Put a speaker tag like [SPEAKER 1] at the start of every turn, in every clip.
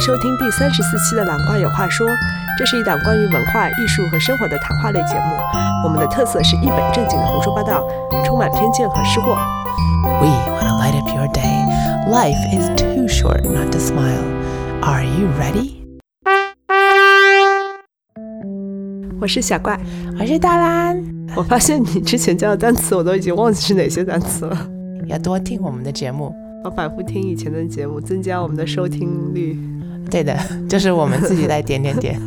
[SPEAKER 1] 收听第三十四期的《蓝瓜有话说》，这是一档关于文化艺术和生活的谈话类节目。我们的特色是一本正经的胡说八道，充满偏见和失过。
[SPEAKER 2] We want to light up your day. Life is too short not to smile. Are you ready?
[SPEAKER 1] 我是小怪，
[SPEAKER 2] 我是大兰，
[SPEAKER 1] 我发现你之前教的单词我都已经忘记是哪些单词了。
[SPEAKER 2] 要多听我们的 节目。
[SPEAKER 1] 我反复听以前的节目，增加我们的收听率。
[SPEAKER 2] 对的，就是我们自己在点点点。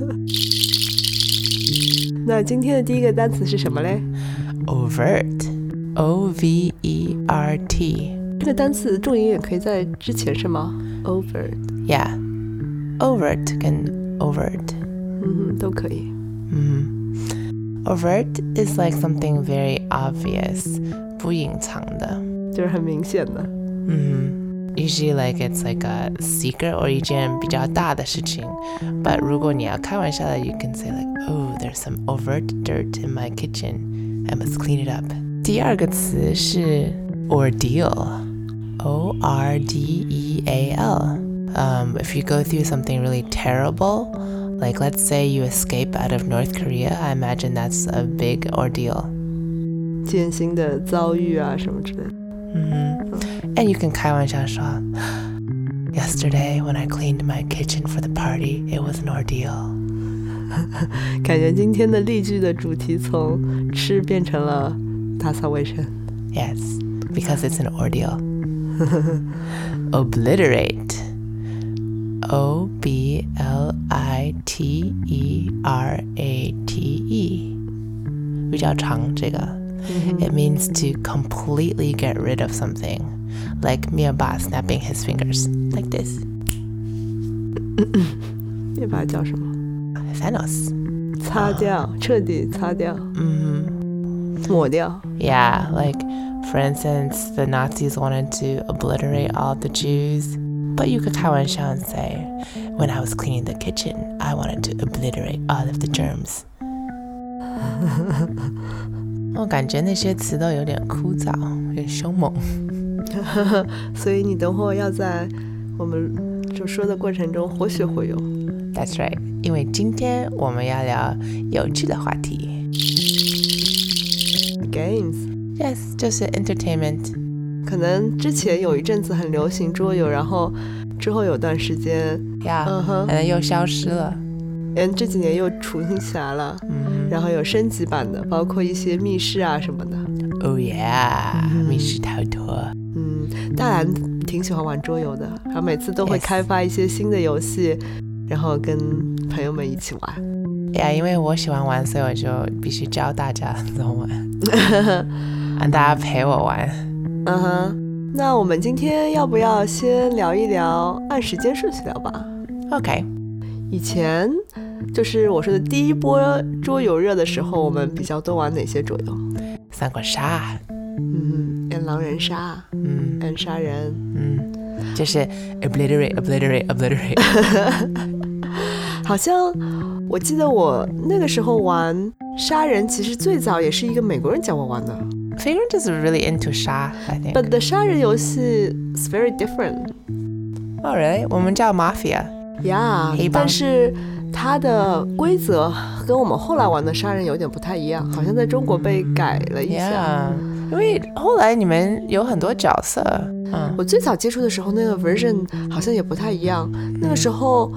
[SPEAKER 1] 那今天的第一个单词是什么嘞？
[SPEAKER 2] Overt, O V E R T.
[SPEAKER 1] 这个单词重音也可以在之前是吗？Over，
[SPEAKER 2] Yeah, overt 跟 overt.
[SPEAKER 1] 嗯，都可以。
[SPEAKER 2] 嗯，overt is like something very obvious，不隐藏的。
[SPEAKER 1] 就是很明显的。
[SPEAKER 2] 嗯，usually Mm-hmm. like it's like a secret or 一件比较大的事情。But 如果你要开玩笑的，you can say like, oh, there's some overt dirt in my kitchen. I must clean it up. 第二个词是 ordeal，O R D E A L。Um, if you go through something really terrible, like let's say you escape out of North Korea, I imagine that's a big ordeal.
[SPEAKER 1] 艰辛的遭遇啊什么之类的。
[SPEAKER 2] Mhm. And you can 开玩笑说 Yesterday when I cleaned my kitchen for the party, it was an ordeal.
[SPEAKER 1] 感觉今天的例句的主题从吃变成了打扫卫生。
[SPEAKER 2] Yes, because it's an ordeal. Obliterate. O B L I T E R A T E. 比较长这个。It means to completely get rid of something. Like Miyaba snapping his fingers. Like this.
[SPEAKER 1] 那把它叫什么？
[SPEAKER 2] Thanos.
[SPEAKER 1] 擦掉，彻底擦掉，
[SPEAKER 2] Mhm.
[SPEAKER 1] 抹掉。
[SPEAKER 2] Yeah, like for instance, the Nazis wanted to obliterate all the Jews. But you could 开玩笑 and say, when I was cleaning the kitchen, I wanted to obliterate all of the germs. 我感觉那些词都有点枯燥，有点凶猛。
[SPEAKER 1] 所以你等会儿要在我们就说的过程中活学活用。
[SPEAKER 2] That's right，因为今天我们要聊有趣的话题。
[SPEAKER 1] Games
[SPEAKER 2] Yes，就是 entertainment。
[SPEAKER 1] 可能之前有一阵子很流行桌游，然后之后有段时间，
[SPEAKER 2] Yeah，
[SPEAKER 1] 嗯哼，
[SPEAKER 2] 反正又消失了。
[SPEAKER 1] 嗯，这几年又重新起来了。
[SPEAKER 2] 嗯
[SPEAKER 1] 然后有升级版的，包括一些密室啊什么的。
[SPEAKER 2] ，Oh yeah，
[SPEAKER 1] 嗯
[SPEAKER 2] 密室逃脱。
[SPEAKER 1] 嗯，大兰挺喜欢玩桌游的，然后每次都会
[SPEAKER 2] Yes
[SPEAKER 1] 开发一些新的游戏，然后跟朋友们一起玩。
[SPEAKER 2] 呀，因为我喜欢玩，所以我就必须教大家怎么玩，让啊大家陪我玩。
[SPEAKER 1] 嗯哼， 那我们今天要不要先聊一聊，按时间顺序聊吧？
[SPEAKER 2] OK，
[SPEAKER 1] 以前就是我说的第一波桌游热的时候，我们比较多玩哪些桌游？
[SPEAKER 2] 三国杀，
[SPEAKER 1] 嗯，按狼人杀，
[SPEAKER 2] 嗯
[SPEAKER 1] 按杀人，
[SPEAKER 2] 嗯，就是 obliterate obliterate obliterate，
[SPEAKER 1] 好像我记得我那个时候玩杀人，其实最早也是一个美国人教我玩的。
[SPEAKER 2] 非人就是 really into 杀，I think。
[SPEAKER 1] But the 杀人游戏 is very different.
[SPEAKER 2] Oh really？我们叫 mafia。
[SPEAKER 1] Yeah，
[SPEAKER 2] 黑帮
[SPEAKER 1] 但是它的规则跟我们后来玩的杀人有点不太一样，好像在中国被改了一下。
[SPEAKER 2] Yeah，因为后来你们有很多角色，嗯
[SPEAKER 1] 我最早接触的时候，那个 version 好像也不太一样。那个时候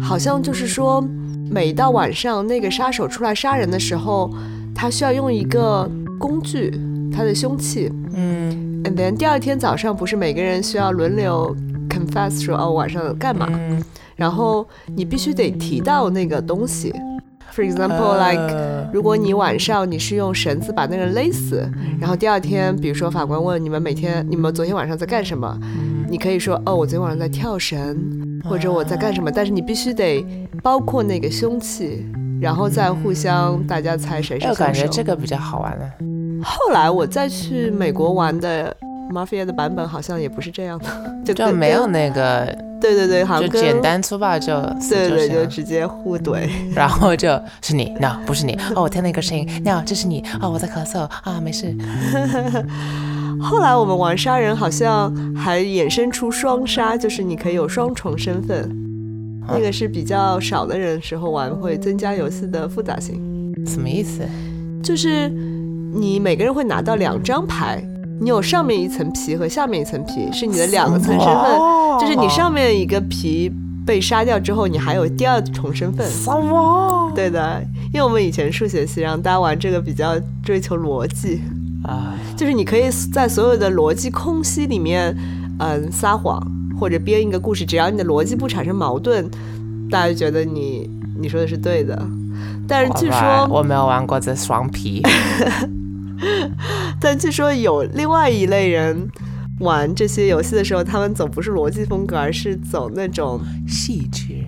[SPEAKER 1] 好像就是说，每到晚上那个杀手出来杀人的时候，他需要用一个工具，他的凶器。
[SPEAKER 2] 嗯
[SPEAKER 1] And then 第二天早上不是每个人需要轮流 confess 说哦晚上干嘛，
[SPEAKER 2] 嗯
[SPEAKER 1] 然后你必须得提到那个东西。For example, like
[SPEAKER 2] 呃
[SPEAKER 1] 如果你晚上你是用绳子把那个人勒死，然后第二天，比如说法官问你们每天你们昨天晚上在干什么，
[SPEAKER 2] 嗯
[SPEAKER 1] 你可以说哦我昨天晚上在跳绳，或者我在干什么，但是你必须得包括那个凶器。然后再互相大家猜谁是
[SPEAKER 2] 哎我
[SPEAKER 1] 凶
[SPEAKER 2] 感
[SPEAKER 1] 手
[SPEAKER 2] 觉。这个比较好玩了。啊
[SPEAKER 1] 后来我再去美国玩的 Mafia 的版本好像也不是这样的， 就
[SPEAKER 2] 就
[SPEAKER 1] 跟
[SPEAKER 2] 没有那个，
[SPEAKER 1] 对对对，好
[SPEAKER 2] 就
[SPEAKER 1] 像跟
[SPEAKER 2] 简单粗暴就死
[SPEAKER 1] 对
[SPEAKER 2] 就
[SPEAKER 1] 对，
[SPEAKER 2] 行了
[SPEAKER 1] 就直接互怼。
[SPEAKER 2] 然后就是你，no，不是你，哦，我听到一个声音，no，这是你，哦，我在咳嗽，啊，没事，
[SPEAKER 1] 后来我们玩杀人好像还衍生出双杀，就是你可以有双重身份。那个是比较少的人时候玩，会增加游戏的复杂性。
[SPEAKER 2] 什么意思？
[SPEAKER 1] 就是你每个人会拿到两张牌，你有上面一层皮和下面一层皮，是你的两个层身份，
[SPEAKER 2] 哦
[SPEAKER 1] 就是你上面一个皮被杀掉之后，你还有第二重身份。
[SPEAKER 2] 什么？
[SPEAKER 1] 对的，因为我们以前数学系让大家玩这个比较追求逻辑，
[SPEAKER 2] 啊，
[SPEAKER 1] 就是你可以在所有的逻辑空隙里面，嗯，撒谎或者编一个故事，只要你的逻辑不产生矛盾，大家就觉得你你说的是对的。但是据
[SPEAKER 2] 好吧
[SPEAKER 1] 说，
[SPEAKER 2] 我没有玩过这双皮，
[SPEAKER 1] 但据说有另外一类人玩这些游戏的时候，他们走不是逻辑风格，而是走那种
[SPEAKER 2] 细致。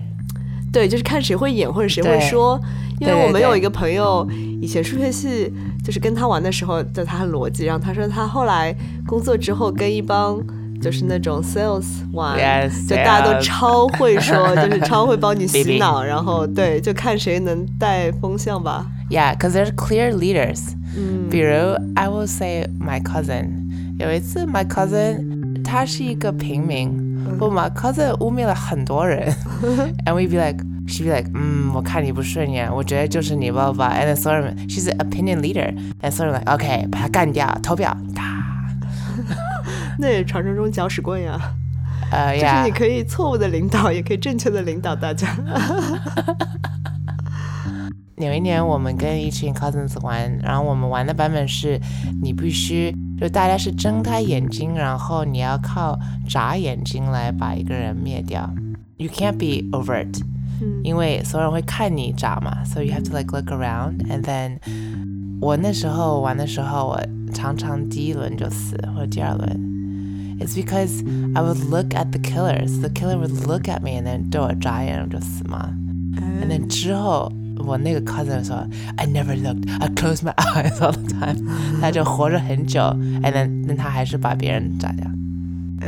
[SPEAKER 1] 对，就是看谁会演或者谁会
[SPEAKER 2] 对
[SPEAKER 1] 说。因为
[SPEAKER 2] 对
[SPEAKER 1] 我们
[SPEAKER 2] 对
[SPEAKER 1] 有一个朋友，以前数学系就是跟他玩的时候，就他很逻辑，然后他说他后来工作之后跟一帮就是那种 sales 玩。
[SPEAKER 2] Yes，
[SPEAKER 1] 就大家都
[SPEAKER 2] yes
[SPEAKER 1] 超会说，就是超会帮你洗
[SPEAKER 2] BB
[SPEAKER 1] 脑，然后对，就看谁能带风向吧。
[SPEAKER 2] Yeah, because they're clear leaders.
[SPEAKER 1] 嗯
[SPEAKER 2] 比如，I will say my cousin. 有一次，my cousin 他是一个平民，不、m y cousin 污蔑了很 多人，and we be like. She be like，嗯，我看你不顺眼，我觉得就是你吧吧。And then so she's an opinion leader，and so like OK，把他干掉，投票，他，
[SPEAKER 1] 那也传说中搅屎棍呀，
[SPEAKER 2] 呃
[SPEAKER 1] 就是
[SPEAKER 2] 呀
[SPEAKER 1] 你，可以错误的领导，也可以正确的领导大 家。
[SPEAKER 2] 有一年我们跟一群 cousins 玩，然后我们玩的版本是，你必须就大家是睁开眼睛，然后你要靠眨眼睛来把一个人灭掉。You can't be overt，、
[SPEAKER 1] 嗯
[SPEAKER 2] 因为所有人会看你眨嘛，so you have to like look around and then。我那时候玩的时候，我常常第一轮就死或者第二轮。It's because I would look at the killers. The killer would look at me and then 对我眨眼，我就死嘛。And then 之后，我那个 cousin 说，I never looked, I closed my eyes all the time 。他就活着很久，and then 那他还是把别人炸掉。
[SPEAKER 1] 哦，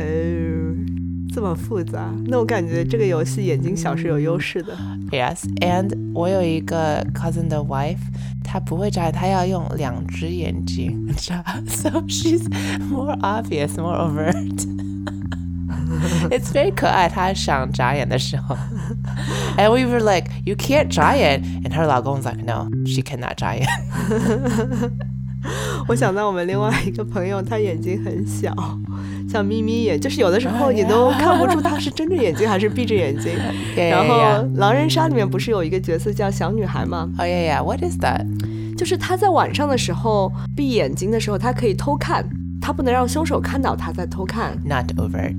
[SPEAKER 1] 这么复杂，那我感觉这个游戏眼睛小是有优势的。
[SPEAKER 2] Yes, and 我有一个 cousin 的 wife，她不会眨眼，她要用两只眼睛眨 ，so she's more obvious, more overt. It's very 可爱，她想眨眼的时 候。And we were like, you can't 眨眼，and her 老公 was like, no, she cannot 眨眼。
[SPEAKER 1] 我想到我们另外一
[SPEAKER 2] 嗯
[SPEAKER 1] 个朋友，他眼睛很小，像眯眯眼，就是有的时
[SPEAKER 2] 哎
[SPEAKER 1] 候你都看不出他是睁着眼睛还是闭着眼睛。
[SPEAKER 2] Yeah,
[SPEAKER 1] 然
[SPEAKER 2] yeah,
[SPEAKER 1] 后
[SPEAKER 2] yeah.
[SPEAKER 1] 《狼人杀》里面不是有一个角色叫小女孩吗？
[SPEAKER 2] Oh yeah, yeah. What is that?
[SPEAKER 1] 就是她在晚上的时候闭眼睛的时候，她可以偷看，她不能让凶手看到她在偷看。
[SPEAKER 2] Not overt.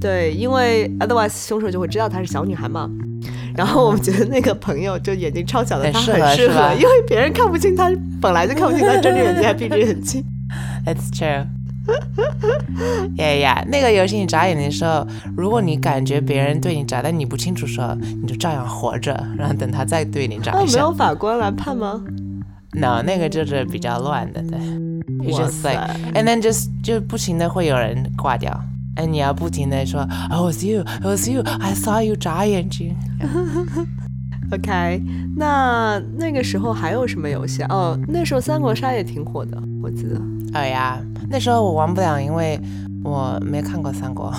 [SPEAKER 1] 对，因为 otherwise 凶手就会知道她是小女孩嘛。然后我们觉得那个朋友就眼睛超小的，
[SPEAKER 2] 很
[SPEAKER 1] 她
[SPEAKER 2] 适
[SPEAKER 1] 很
[SPEAKER 2] 合
[SPEAKER 1] 适
[SPEAKER 2] 哎是吧
[SPEAKER 1] 合，因为别人看不清她，本来就看不清她睁着眼睛还闭着眼 睛。
[SPEAKER 2] That's true. yeah, yeah. 那个游戏你眨眼睛的时候，如果你感觉别人对你眨，但你不清楚的时候，你就照样活着，然后等他再对你 眨
[SPEAKER 1] 那
[SPEAKER 2] 一
[SPEAKER 1] 没
[SPEAKER 2] 下。
[SPEAKER 1] 有法官来判吗？
[SPEAKER 2] no, 那个就是比较乱的，对。You
[SPEAKER 1] 哇
[SPEAKER 2] just
[SPEAKER 1] 塞
[SPEAKER 2] like,！and then just 就不停的会有人挂掉。哎，你要不停的说，I was you, I was you, I saw you 眨眼睛。
[SPEAKER 1] OK，那那个时候还有什么游戏啊？哦，那时候三国杀也挺火的，我记得
[SPEAKER 2] 哎呀，那时候我玩不了，因为我没看过三国。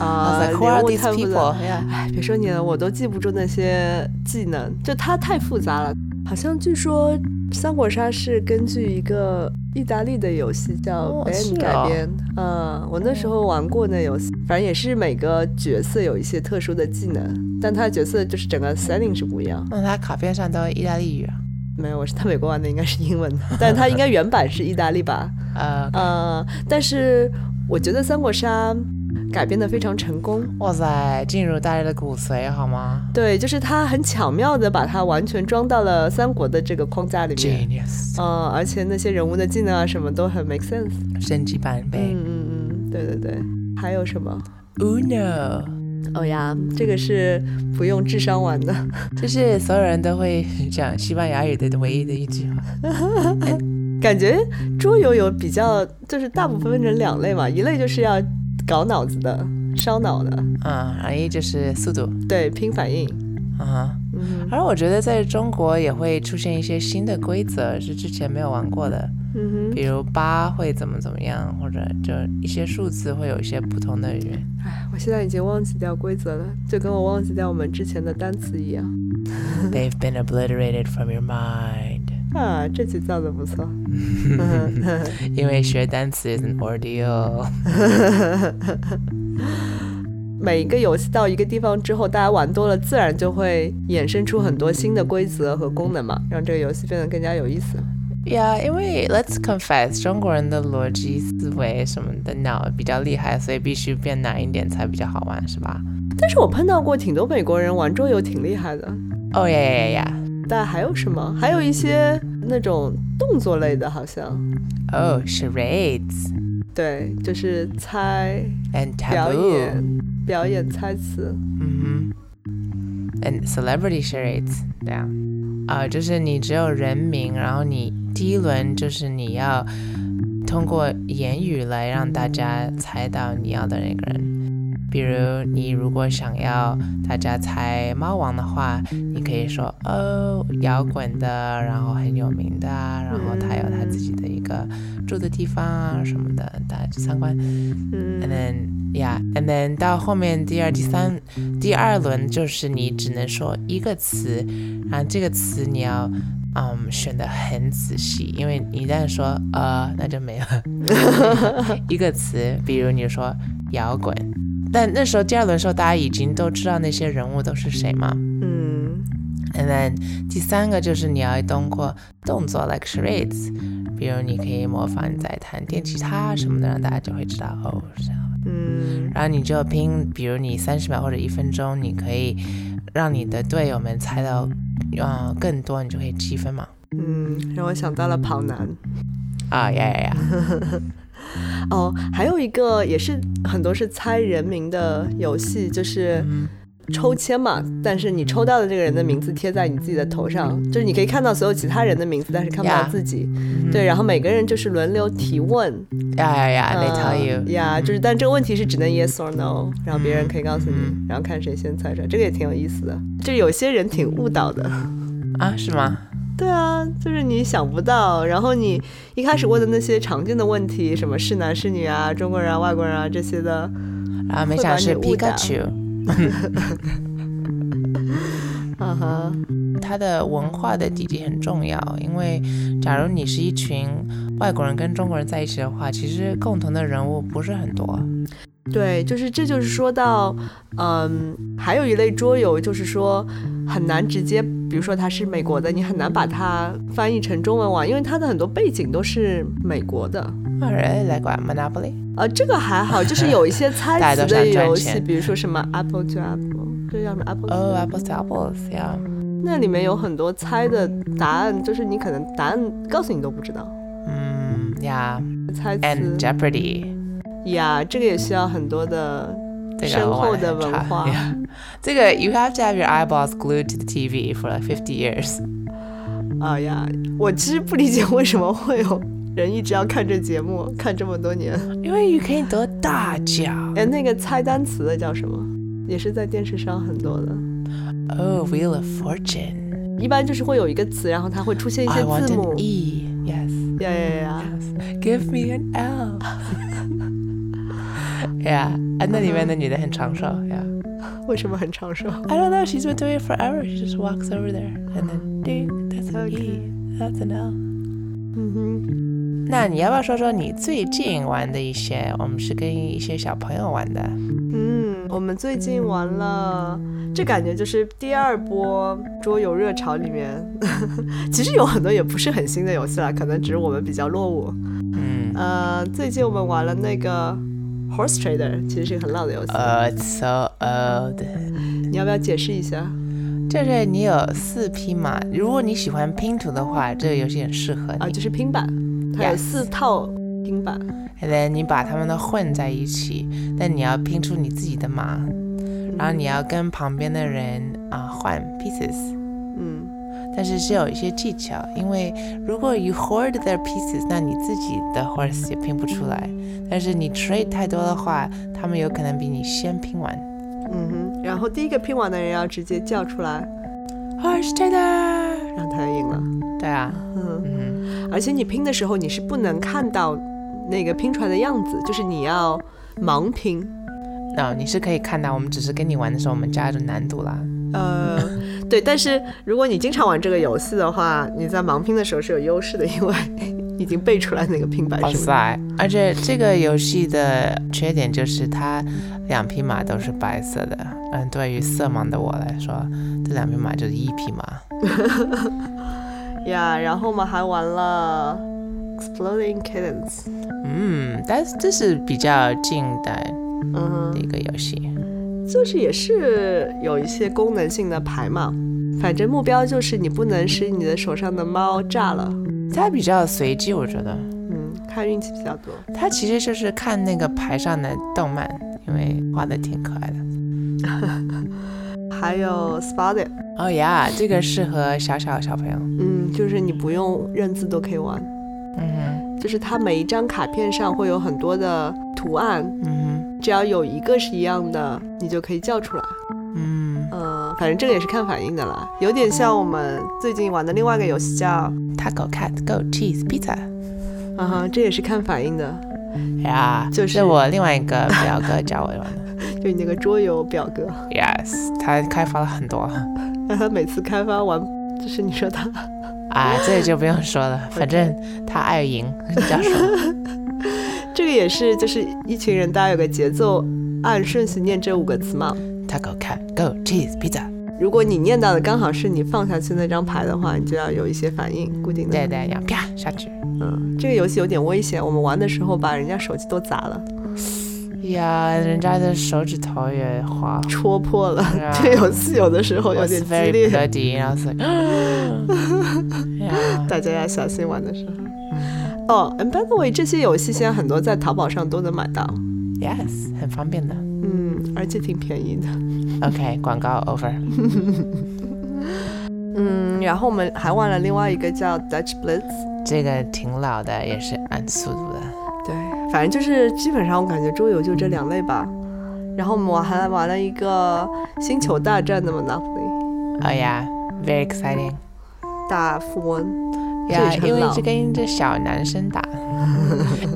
[SPEAKER 2] I
[SPEAKER 1] 啊
[SPEAKER 2] was like, who
[SPEAKER 1] 连
[SPEAKER 2] are
[SPEAKER 1] 我
[SPEAKER 2] these
[SPEAKER 1] 看不懂
[SPEAKER 2] people? Yeah.
[SPEAKER 1] 哎，别说你了，我都记不住那些技能，就它太复杂了。好像据说三国杀是根据一个意大利的游戏叫
[SPEAKER 2] 哦
[SPEAKER 1] Ben
[SPEAKER 2] 是
[SPEAKER 1] 改
[SPEAKER 2] 啊
[SPEAKER 1] 编。嗯，我那时候玩过那游戏，反正也是每个角色有一些特殊的技能，但他的角色就是整个 setting 是不一样。
[SPEAKER 2] 那他卡片上都是意大利语啊。
[SPEAKER 1] 没有，我是在美国玩的，应该是英文的，但它应该原版是意大利吧？
[SPEAKER 2] 呃，
[SPEAKER 1] 呃，但是我觉得《三国杀》改编的非常成功，
[SPEAKER 2] 哇塞，进入大家的骨髓好吗
[SPEAKER 1] 对，就是它很巧妙的把它完全装到了三国的这个框架里面。
[SPEAKER 2] ？Genius，
[SPEAKER 1] 嗯、而且那些人物的技能啊，什么都很 make sense。
[SPEAKER 2] 升级版
[SPEAKER 1] 嗯
[SPEAKER 2] 本。
[SPEAKER 1] 嗯嗯，对对对。还有什么？
[SPEAKER 2] Uno，
[SPEAKER 1] 哦呀，这个是不用智商玩的。
[SPEAKER 2] 这是所有人都会讲西班牙语的唯一的一句话。
[SPEAKER 1] 感觉桌游有比较，就是大部分分成两类嘛，一类就是要搞脑子的、烧脑的，
[SPEAKER 2] 嗯，然后一就是速度。
[SPEAKER 1] 对，拼反应。
[SPEAKER 2] 嗯，
[SPEAKER 1] 嗯
[SPEAKER 2] 而我觉得在中国也会出现一些新的规则，是之前没有玩过的。
[SPEAKER 1] 嗯哼。嗯
[SPEAKER 2] 比如八会怎么怎么样，或者就一些数字会有一些不同的语言。
[SPEAKER 1] 哎，我现在已经忘记掉规则了，就跟我忘记掉我们之前的单词一样。
[SPEAKER 2] They've been obliterated from your mind.
[SPEAKER 1] 啊，这句造的不错。嗯哼
[SPEAKER 2] 因为学单词 is an ordeal。
[SPEAKER 1] 每一个游戏到一个地方之后，大家玩多了，自然就会衍生出很多新的规则和功能嘛，让这个游戏变得更加有意思。
[SPEAKER 2] Yeah，因为 Let's confess，中国人的逻辑思维什么的脑比较厉害，所以必须变难一点才比较好玩，是吧？
[SPEAKER 1] 但是我碰到过挺多美国人玩桌游挺厉害的，
[SPEAKER 2] 哦呀呀呀！
[SPEAKER 1] 但还有什么？还有一些那种动作类的，好像
[SPEAKER 2] 哦，charades
[SPEAKER 1] 对，就是猜
[SPEAKER 2] and
[SPEAKER 1] 表
[SPEAKER 2] taboo，
[SPEAKER 1] 演、表演猜词。
[SPEAKER 2] 嗯哼，and celebrity charades，对啊，啊，就是你只有人名，然后你第一轮就是你要通过言语来让大家猜到你要的那个人。比如，你如果想要大家猜猫王的话，你可以说哦，摇滚的，然后很有名的，啊然后他有他自己的一个住的地方啊什么的，大家去参观。
[SPEAKER 1] 嗯
[SPEAKER 2] And then yeah, and then 到后面第二、第三、第二轮就是你只能说一个词，然后这个词你要嗯选的很仔细，因为你一旦说呃那就没了 一个词，比如你说摇滚，但那时候第二轮的时候大家已经都知道那些人物都是谁嘛。
[SPEAKER 1] 嗯
[SPEAKER 2] And then 第三个就是你要通过动作 like charades，比如你可以模仿你在弹电吉他什么的，让大家就会知道哦是这样。
[SPEAKER 1] 嗯
[SPEAKER 2] 然后你就拼，比如你三十秒或者一分钟，你可以让你的队友们猜到，呃，更多，你就可以积分嘛。
[SPEAKER 1] 嗯，让我想到了跑男。
[SPEAKER 2] 啊呀呀呀！
[SPEAKER 1] 哦，还有一个也是很多是猜人名的游戏，就是抽签嘛。但是你抽到的这个人的名字贴在你自己的头上，就是你可以看到所有其他人的名字，但是看不到
[SPEAKER 2] Yeah
[SPEAKER 1] 自己。对，然后每个人就是轮流提问。
[SPEAKER 2] 呀呀呀！They tell
[SPEAKER 1] 呃
[SPEAKER 2] you，
[SPEAKER 1] 呀，就是但这个问题是只能 yes or no，然后别人可以告诉你
[SPEAKER 2] 嗯，
[SPEAKER 1] 然后看谁先猜出来。这个也挺有意思的，就是有些人挺误导的。
[SPEAKER 2] 啊，是吗？
[SPEAKER 1] 对啊，就是你想不到，然后你一开始问的那些常见的问题，什么是男是女啊，中国人啊、外国人啊这些的，
[SPEAKER 2] 然啊后没想到是
[SPEAKER 1] 会把
[SPEAKER 2] Pikachu，嗯
[SPEAKER 1] 啊哈，
[SPEAKER 2] 它的文化的底基很重要，因为假如你是一群外国人跟中国人在一起的话，其实共同的人物不是很多。啊
[SPEAKER 1] 对，就是这就是说到，嗯，还有一类桌游，就是说很难直接，比如说它是美国的，你很难把它翻译成中文玩，因为它的很多背景都是美国的。
[SPEAKER 2] 啊，人来管 Monopoly，
[SPEAKER 1] 呃，这个还好，就是有一些猜
[SPEAKER 2] 大家
[SPEAKER 1] 词
[SPEAKER 2] 都
[SPEAKER 1] 的
[SPEAKER 2] 想赚
[SPEAKER 1] 游戏，
[SPEAKER 2] 钱
[SPEAKER 1] 比如说什么 apple to apple，这叫什么 apple？to
[SPEAKER 2] 哦，apples to apples，yeah。
[SPEAKER 1] 那里面有很多猜的答案，就是你可能答案告诉你都不知道，
[SPEAKER 2] 嗯，yeah，and
[SPEAKER 1] 猜词
[SPEAKER 2] Jeopardy。
[SPEAKER 1] 呀，这个也需要很多的。深厚的文化。
[SPEAKER 2] 这个 you have to have your eyeballs glued to the TV for like fifty years.
[SPEAKER 1] 啊呀，我其实不理解为什么会有人一直要看这节目，看这么多年。
[SPEAKER 2] 因为你可以得大奖。
[SPEAKER 1] 哎，那个猜单词的叫什么？也是在电视上很多的，
[SPEAKER 2] Oh, Wheel of Fortune.
[SPEAKER 1] 一般就是会有一个词，然后它会出现一
[SPEAKER 2] I
[SPEAKER 1] 些
[SPEAKER 2] want
[SPEAKER 1] 字
[SPEAKER 2] an
[SPEAKER 1] 母。
[SPEAKER 2] E. Yes,
[SPEAKER 1] 呀呀呀！
[SPEAKER 2] give me an L. yeah, and 那里面的女的很长寿。Yeah,
[SPEAKER 1] 为什么很长寿？
[SPEAKER 2] I don't know. She's been doing it forever. She just walks over there and then ding, that's an E, that's an L.
[SPEAKER 1] 嗯哼，
[SPEAKER 2] 那你要不要说说你最近玩的一些？我们是跟一些小朋友玩的。
[SPEAKER 1] 嗯，我们最近玩了，这感觉就是第二波桌游热潮里面， 其实有很多也不是很新的游戏啦，可能只是我们比较落伍。
[SPEAKER 2] 嗯，
[SPEAKER 1] 呃，最近我们玩了那个 Horse Trader，其实是一个很老的游戏，
[SPEAKER 2] 呃、it's so old。
[SPEAKER 1] 你要不要解释一下？
[SPEAKER 2] 就是你有四匹马，如果你喜欢拼图的话，这个游戏很适合
[SPEAKER 1] 啊，
[SPEAKER 2] 你。
[SPEAKER 1] 就是拼板，它有
[SPEAKER 2] Yes
[SPEAKER 1] 四套拼板。
[SPEAKER 2] And then 你把它们都混在一起，但你要拼出你自己的马，然后你要跟旁边的人啊、换 pieces。
[SPEAKER 1] 嗯
[SPEAKER 2] 但是是有一些技巧，因为如果 you hoard their pieces，那你自己的 horse 也拼不出来。但是你 trade 太多的话，他们有可能比你先拼完。
[SPEAKER 1] 嗯哼，然后第一个拼完的人要直接叫出来，
[SPEAKER 2] Horse trader，
[SPEAKER 1] 然后他就赢了。
[SPEAKER 2] 对啊，
[SPEAKER 1] 嗯，
[SPEAKER 2] 嗯，
[SPEAKER 1] 而且你拼的时候你是不能看到那个拼出来的样子，就是你要盲拼。
[SPEAKER 2] 那、你是可以看到，我们只是跟你玩的时候，我们加着难度啦。
[SPEAKER 1] 呃， 对，但是如果你经常玩这个游戏的话，你在盲拼的时候是有优势的，因为已经背出来那个拼板
[SPEAKER 2] 哇
[SPEAKER 1] 数。
[SPEAKER 2] 塞！而且这个游戏的缺点就是它两匹马都是白色的。嗯，对于色盲的我来说，这两匹马就是一匹马。
[SPEAKER 1] 呀然后我们还玩了 Exploding Kittens。
[SPEAKER 2] 嗯，但是这是比较近代
[SPEAKER 1] 嗯
[SPEAKER 2] 的，一个游戏。
[SPEAKER 1] 就是也是有一些功能性的牌嘛，反正目标就是你不能使你的手上的猫炸了。
[SPEAKER 2] 它比较随机，我觉得。
[SPEAKER 1] 嗯，看运气比较多。
[SPEAKER 2] 它其实就是看那个牌上的动漫，因为画的挺可爱的。
[SPEAKER 1] 还有 Spotted，
[SPEAKER 2] 哦呀，这个适合小小小朋友。
[SPEAKER 1] 嗯，就是你不用认字都可以玩，
[SPEAKER 2] 嗯
[SPEAKER 1] 就是它每一张卡片上会有很多的图案，
[SPEAKER 2] 哼嗯
[SPEAKER 1] 只要有一个是一样的，你就可以叫出来。
[SPEAKER 2] 哼嗯
[SPEAKER 1] 呃，反正这个也是看反应的啦，有点像我们最近玩的另外一个游戏叫，
[SPEAKER 2] ，Taco Cat Go Cheese Pizza。哎
[SPEAKER 1] 嗯哼，这也是看反应的，
[SPEAKER 2] 呀，
[SPEAKER 1] 就是
[SPEAKER 2] 是我另外一个表哥教我玩的。
[SPEAKER 1] 就你那个桌游表哥，
[SPEAKER 2] Yes，他开发了很多
[SPEAKER 1] 但他 每次开发完，就是你说他
[SPEAKER 2] 啊，这个就不用说 了，反正他爱赢，叫什么？
[SPEAKER 1] 这个也是，就是一群人大家有个节奏，按顺序念这五个词嘛。
[SPEAKER 2] Taco Cat Go Cheese Pizza。
[SPEAKER 1] 如果你念到的刚好是你放下去那张牌的话，你就要有一些反应，固定的。
[SPEAKER 2] 对对，然后啪下去。
[SPEAKER 1] 嗯，这个游戏有点危险，我们玩的时候把人家手机都砸了，
[SPEAKER 2] 呀，人家的手指头也滑。
[SPEAKER 1] 戳破了。
[SPEAKER 2] 呀
[SPEAKER 1] 这个游戏有的时候有
[SPEAKER 2] was
[SPEAKER 1] 点激
[SPEAKER 2] very
[SPEAKER 1] 烈，
[SPEAKER 2] bloody，然 后是， 呀，
[SPEAKER 1] 大家要小心玩的时候。哦、a n d by the way，这些游戏现在很多在淘宝上都能买到，
[SPEAKER 2] Yes，很方便的。
[SPEAKER 1] 嗯，而且挺便宜的。
[SPEAKER 2] OK，广告 over。
[SPEAKER 1] 嗯，然后我们还玩了另外一个叫 Dutch Blitz。
[SPEAKER 2] 这个挺老的，也是按速度的。
[SPEAKER 1] 对，反正就是基本上我感觉桌游就这两类吧。然后我们还玩了一个《星球大战》的 Monopoly
[SPEAKER 2] 哦呀，very exciting
[SPEAKER 1] 大富翁，这也
[SPEAKER 2] 呀
[SPEAKER 1] 是，很
[SPEAKER 2] 因为
[SPEAKER 1] 老
[SPEAKER 2] 这跟这小男生打。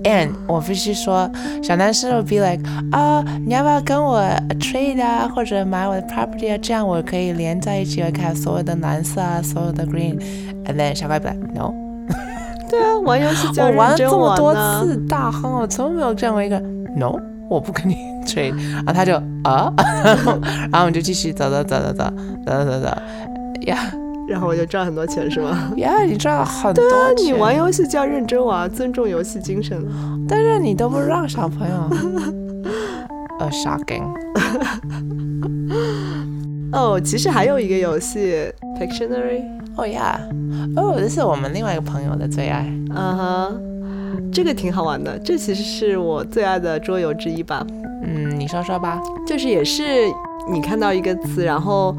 [SPEAKER 2] And 我必须说，小男生会 be like 啊、你要不要跟我 trade 啊，或者买我的 property 啊？这样我可以连在一起，我看所有的蓝色啊，所有的 green。And then 小怪 be like no。
[SPEAKER 1] 对啊，玩游戏就要
[SPEAKER 2] 我玩了
[SPEAKER 1] 认
[SPEAKER 2] 这
[SPEAKER 1] 真
[SPEAKER 2] 么多
[SPEAKER 1] 呢
[SPEAKER 2] 次大亨，我从没有见过一个 no，我不跟你 trade。然后他就啊， 然后我们就继续走走走走走走走走呀
[SPEAKER 1] 然后我就赚很嗯多钱是吗？
[SPEAKER 2] 呀，你赚了很多
[SPEAKER 1] 那啊
[SPEAKER 2] 钱，
[SPEAKER 1] 你玩游戏就要认真玩，尊重游戏精神。
[SPEAKER 2] 但是你都不让小 朋友。呃、s h o c k i n g
[SPEAKER 1] 哦，其实还有一个游戏 Pictionary，
[SPEAKER 2] 哦呀，哦，这是我们另外一个朋友的最爱。
[SPEAKER 1] 嗯哼，这个挺好玩的，这其实是我最爱的桌游之一吧。
[SPEAKER 2] 嗯，你说说吧。
[SPEAKER 1] 就是也是你看到一个词，然后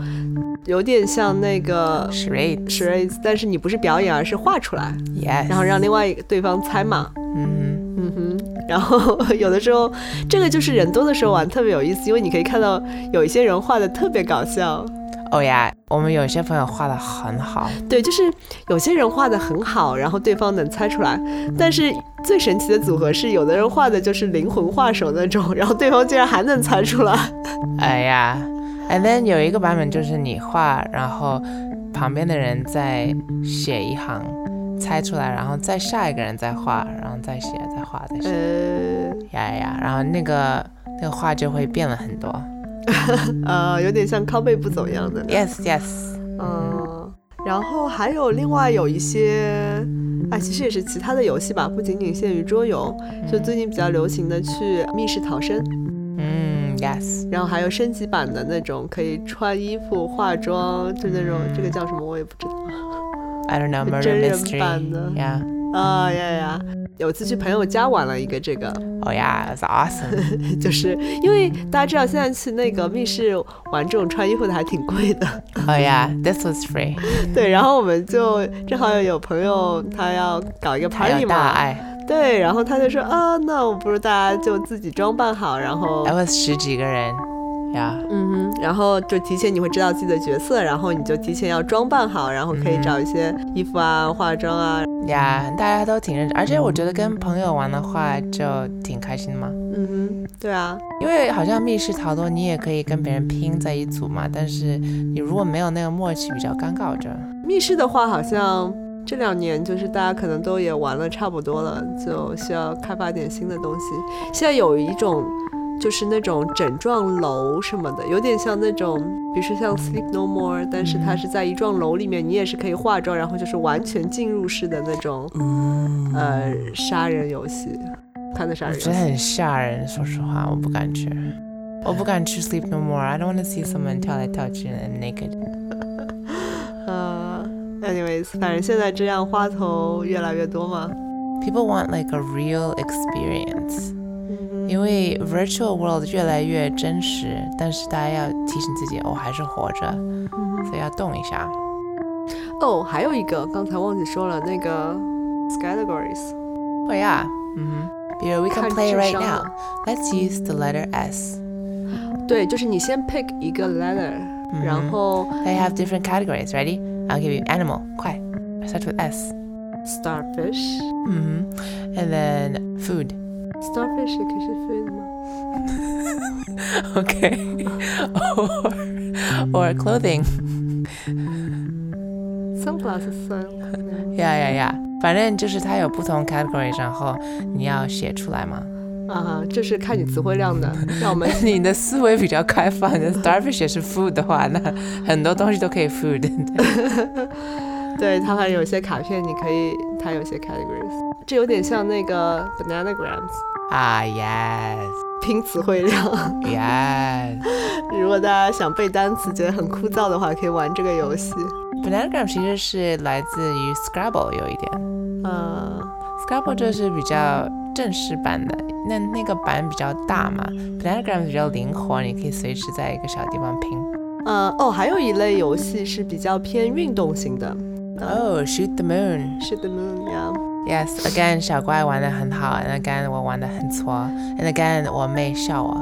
[SPEAKER 1] 有点像那个
[SPEAKER 2] s h r a d
[SPEAKER 1] s h r a d 但是你不是表演，而是画出来，
[SPEAKER 2] yes。
[SPEAKER 1] 然后让另外一个对方猜嘛。
[SPEAKER 2] 嗯
[SPEAKER 1] 嗯哼，然后有的时候，这个就是人多的时候玩特别有意思，因为你可以看到有一些人画的特别搞笑，
[SPEAKER 2] 哼，哦呀，我们有些朋友画的很 好，
[SPEAKER 1] 对，就是有些人画的很好，然后对方能猜出来，但是最神奇的组合是，有的人画的就是灵魂画手那种，然后对方竟然还能猜出来，
[SPEAKER 2] 哎呀，and then 有一个版本就是你画，然后旁边的人再写一行，猜出来，然后再下一个人再画，然后再写，再画，再写，
[SPEAKER 1] 呃
[SPEAKER 2] 呀呀呀，然后那个那个画就会变了很多。
[SPEAKER 1] 呃，有点像靠背不走样的那种。
[SPEAKER 2] Yes, yes，
[SPEAKER 1] 嗯，然后还有另外有一些，哎，其实也是其他的游戏吧，不仅仅限于桌游，就最近比较流行的去密室逃生，
[SPEAKER 2] 嗯，yes，Mm,
[SPEAKER 1] 然后还有升级版的那种可以穿衣服、化妆，就那种这个叫什么我也不知道。
[SPEAKER 2] I don't know murder
[SPEAKER 1] 真人版
[SPEAKER 2] mystery，
[SPEAKER 1] 的
[SPEAKER 2] yeah，
[SPEAKER 1] 啊呀呀！有次去朋友家玩了一个这个，
[SPEAKER 2] oh yeah，it's awesome，
[SPEAKER 1] 就是因为大家知道现在去那个密室玩这种穿衣服的还挺贵的，
[SPEAKER 2] oh yeah，this was free，
[SPEAKER 1] 对。然后我们就正好有朋友他要搞一个
[SPEAKER 2] 还
[SPEAKER 1] party
[SPEAKER 2] 有大
[SPEAKER 1] 嘛，
[SPEAKER 2] 爱，
[SPEAKER 1] 对，然后他就说啊，那我不如大家就自己装扮好，然后
[SPEAKER 2] 还有十几个人， Yeah.
[SPEAKER 1] 嗯哼，然后就提前你会知道自己的角色，然后你就提前要装扮好，然后可以找一些衣服啊、化妆啊，
[SPEAKER 2] 呀大家都挺认真，而且我觉得跟朋友玩的话就挺开心的嘛，
[SPEAKER 1] 嗯哼，对啊，
[SPEAKER 2] 因为好像密室逃脱你也可以跟别人拼在一组嘛，但是你如果没有那个默契，比较尴尬，我觉得。
[SPEAKER 1] 密室的话好像。这两年就是大家可能都也玩了差不多了，就需要开发点新的东西。现在有一种就是那种整幢楼什么的，有点像那种，比如说像 Sleep No More，但是它是在一幢楼里面，你也是可以化妆，然后就是完全进入式的那种，呃，杀人游戏，看的杀
[SPEAKER 2] 我
[SPEAKER 1] 人
[SPEAKER 2] 觉
[SPEAKER 1] 游
[SPEAKER 2] 得
[SPEAKER 1] 戏。
[SPEAKER 2] 很吓人，说实话，我不敢去，我不敢去 Sleep No More。I don't want to see someone 跳来跳去的 naked。
[SPEAKER 1] 呃，anyways，反正现在这样花头越来越多嘛。
[SPEAKER 2] People want like a real experience，
[SPEAKER 1] 嗯
[SPEAKER 2] 因为 virtual world 越来越真实，但是大家要提醒自己，我、还是活着，
[SPEAKER 1] 哼
[SPEAKER 2] 所以要动一下。
[SPEAKER 1] 哦，还有一个刚才忘记说了，那个 categories。
[SPEAKER 2] 会啊，嗯哼，
[SPEAKER 1] Mm-hmm.
[SPEAKER 2] 比如 we can play
[SPEAKER 1] 看智
[SPEAKER 2] right
[SPEAKER 1] 商
[SPEAKER 2] now。
[SPEAKER 1] 了
[SPEAKER 2] Let's use the letter S.
[SPEAKER 1] 对，就是你先 pick 一个
[SPEAKER 2] 嗯
[SPEAKER 1] letter，、然后
[SPEAKER 2] Mm-hmm. they have different categories. Ready? I'll give you animal. 快. Start with S.
[SPEAKER 1] starfish。
[SPEAKER 2] hmm And then food.
[SPEAKER 1] starfish 也可以是 food 吗？
[SPEAKER 2] Okay. or, or clothing.
[SPEAKER 1] Sunglasses 算
[SPEAKER 2] Yeah, yeah, yeah. 反正就是它有不同 category，然后你要写出来嘛。
[SPEAKER 1] 啊，这是看你词汇量的。让我们
[SPEAKER 2] 你的思维比较开放，你的 starfish 也是 food 的话，那很多东西都可以 food。
[SPEAKER 1] 对它还有些卡片，你可以它有些 categories，这有点像那个 bananagrams
[SPEAKER 2] 啊、yes,
[SPEAKER 1] 拼词汇量。
[SPEAKER 2] yes.
[SPEAKER 1] 如果大家想背单词觉得很枯燥的话，可以玩这个游戏。
[SPEAKER 2] Bananagram 其实是来自于 Scrabble 有一点。
[SPEAKER 1] 呃，
[SPEAKER 2] Scrabble 就是比较正式版的，那那个版比较大嘛，Pentagram 比较灵活，你可以随时在一个小地方拼。
[SPEAKER 1] 呃，哦，还有一类游戏是比较偏运动型的，呃
[SPEAKER 2] Oh, shoot the moon.
[SPEAKER 1] 是的 moon 呀。
[SPEAKER 2] Yes, again，小怪玩的很好，and again 我玩的很挫，and again 我妹笑我。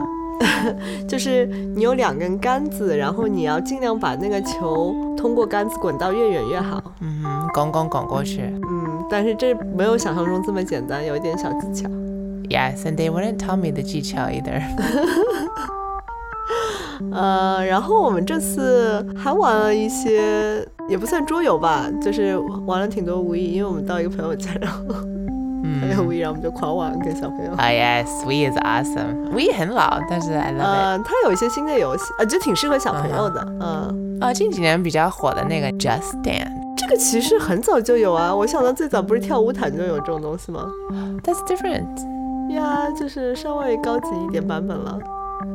[SPEAKER 1] 就是你有两根杆子，然后你要尽量把那个球通过杆子滚到越远越好。
[SPEAKER 2] 嗯哼，拱拱拱过去。
[SPEAKER 1] 嗯，但是这没有想象中这么简单，有一点小技巧。
[SPEAKER 2] Yes, and they wouldn't tell me 的技巧 either.
[SPEAKER 1] 呃，然后我们这次还玩了一些，也不算桌游吧，就是玩了挺多无意，因为我们到一个朋友家，然后他有
[SPEAKER 2] 嗯
[SPEAKER 1] 无意，然后我们就狂玩给小朋友。
[SPEAKER 2] 啊 Mm-hmm. Oh, yes, we is awesome. We 很老，但是 I love it.
[SPEAKER 1] 呃，它有一些新的游戏，呃，就挺适合小朋友的。嗯、
[SPEAKER 2] 哦，近几年比较火的那个 Just Dance,
[SPEAKER 1] 这个其实很早就有啊，我想到最早不是跳舞毯就有这种东西吗？
[SPEAKER 2] that's different.
[SPEAKER 1] 呀，就是稍微高级一点版本了。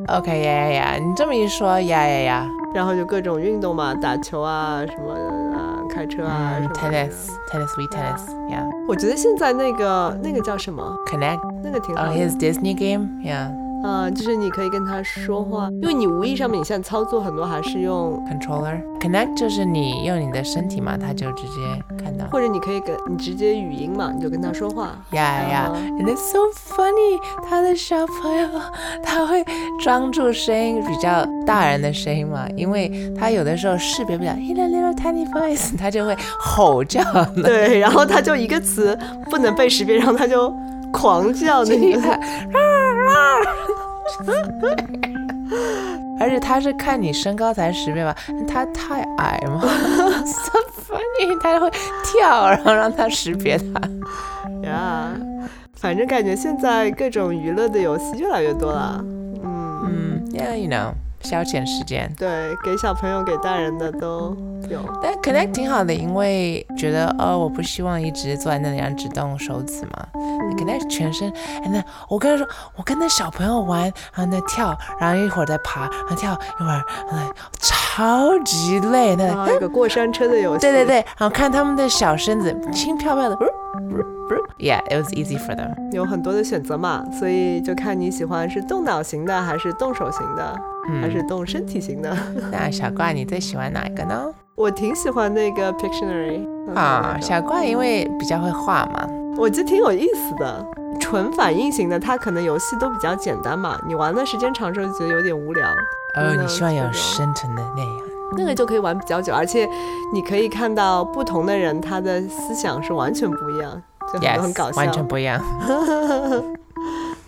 [SPEAKER 2] OK，呀呀呀，你这么一说，呀呀呀。
[SPEAKER 1] 然后就各种运动嘛，打球啊，什么啊，开车啊，什么的
[SPEAKER 2] tennis, tennis, we tennis, yeah.
[SPEAKER 1] 我觉得现在那个那个叫什么，
[SPEAKER 2] Connect,
[SPEAKER 1] 那个挺好
[SPEAKER 2] oh,
[SPEAKER 1] 的，
[SPEAKER 2] his Disney game, yeah.
[SPEAKER 1] 嗯，就是你可以跟他说话，因为你无意上面你现在操作很多还是用，
[SPEAKER 2] Controller, connect 就是你用你的身体嘛，他就直接看到。
[SPEAKER 1] 或者你可以跟你直接语音嘛，你就跟他说话。啊
[SPEAKER 2] Yeah,
[SPEAKER 1] 然
[SPEAKER 2] yeah,
[SPEAKER 1] 后
[SPEAKER 2] and it's so funny. 他的小朋友他会装住声音比较大人的声音嘛，因为他有的时候识别不了 in a little tiny voice，他 就会吼叫。
[SPEAKER 1] 对，然后他就一个词不能被识别，然后他就狂叫那
[SPEAKER 2] 厉
[SPEAKER 1] 个。
[SPEAKER 2] 害，而且他是看你身高才识别吧，他太矮嘛 ，so funny，他会跳，然后让他识别他。
[SPEAKER 1] 呀反正感觉现在各种娱乐的游戏越来越多了。嗯，
[SPEAKER 2] 嗯，Yeah，you know，消遣时间。
[SPEAKER 1] 对，给小朋友给大人的都有。
[SPEAKER 2] 但 connect 挺好的，因为觉得哦，我不希望一直坐在那里，然后只动手指嘛。connect 全身，and then 我跟他说，我跟那小朋友玩，然后那跳，然后一会儿再爬，然后跳一会儿，然后超级累，那。
[SPEAKER 1] 啊，有个过山车的游戏。
[SPEAKER 2] 对对对，然后看他们的小身子轻飘飘的，Yeah, it was easy for them.
[SPEAKER 1] 有很多的选择嘛，所以就看你喜欢是动脑型的，还是动手型的，还是
[SPEAKER 2] 嗯，
[SPEAKER 1] 动身体型的。
[SPEAKER 2] 那小怪你最喜欢哪一个呢？
[SPEAKER 1] 我挺喜欢那个 Pictionary 嗯
[SPEAKER 2] 啊，
[SPEAKER 1] 那种
[SPEAKER 2] 小怪因为比较会画嘛，
[SPEAKER 1] 我觉得挺有意思的。纯反应型的，它可能游戏都比较简单嘛，你玩的时间长之后就觉得有点无聊。
[SPEAKER 2] 哦，
[SPEAKER 1] 能
[SPEAKER 2] 你希望有
[SPEAKER 1] 这种
[SPEAKER 2] 生存的那样。
[SPEAKER 1] 那个就可以玩比较久，而且你可以看到不同的人他的思想是完全不一样，就 很很搞
[SPEAKER 2] Yes，
[SPEAKER 1] 笑。
[SPEAKER 2] 完全不一样。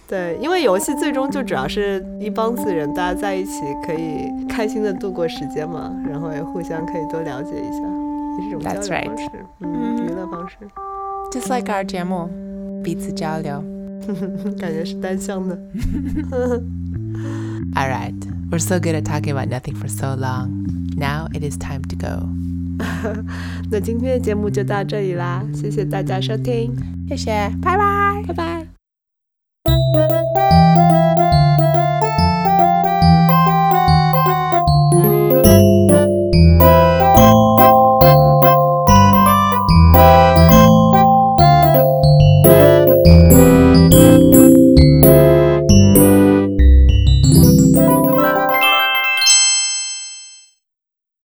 [SPEAKER 1] 对，因为游戏最终就主要是一帮子人，大家在一起可以开心的度过时间嘛，然后也互相可以多了解一下，也是一种交
[SPEAKER 2] That's
[SPEAKER 1] 流方式嗯，
[SPEAKER 2] 嗯
[SPEAKER 1] 娱乐方式，
[SPEAKER 2] Just like our 节目，彼此交流。
[SPEAKER 1] 感觉是单向的。
[SPEAKER 2] All right, we're so good at talking about nothing for so long. Now it is time to go.
[SPEAKER 1] 那今天的节目就到这里啦，谢谢大家收听，
[SPEAKER 2] 谢谢，拜拜，拜拜。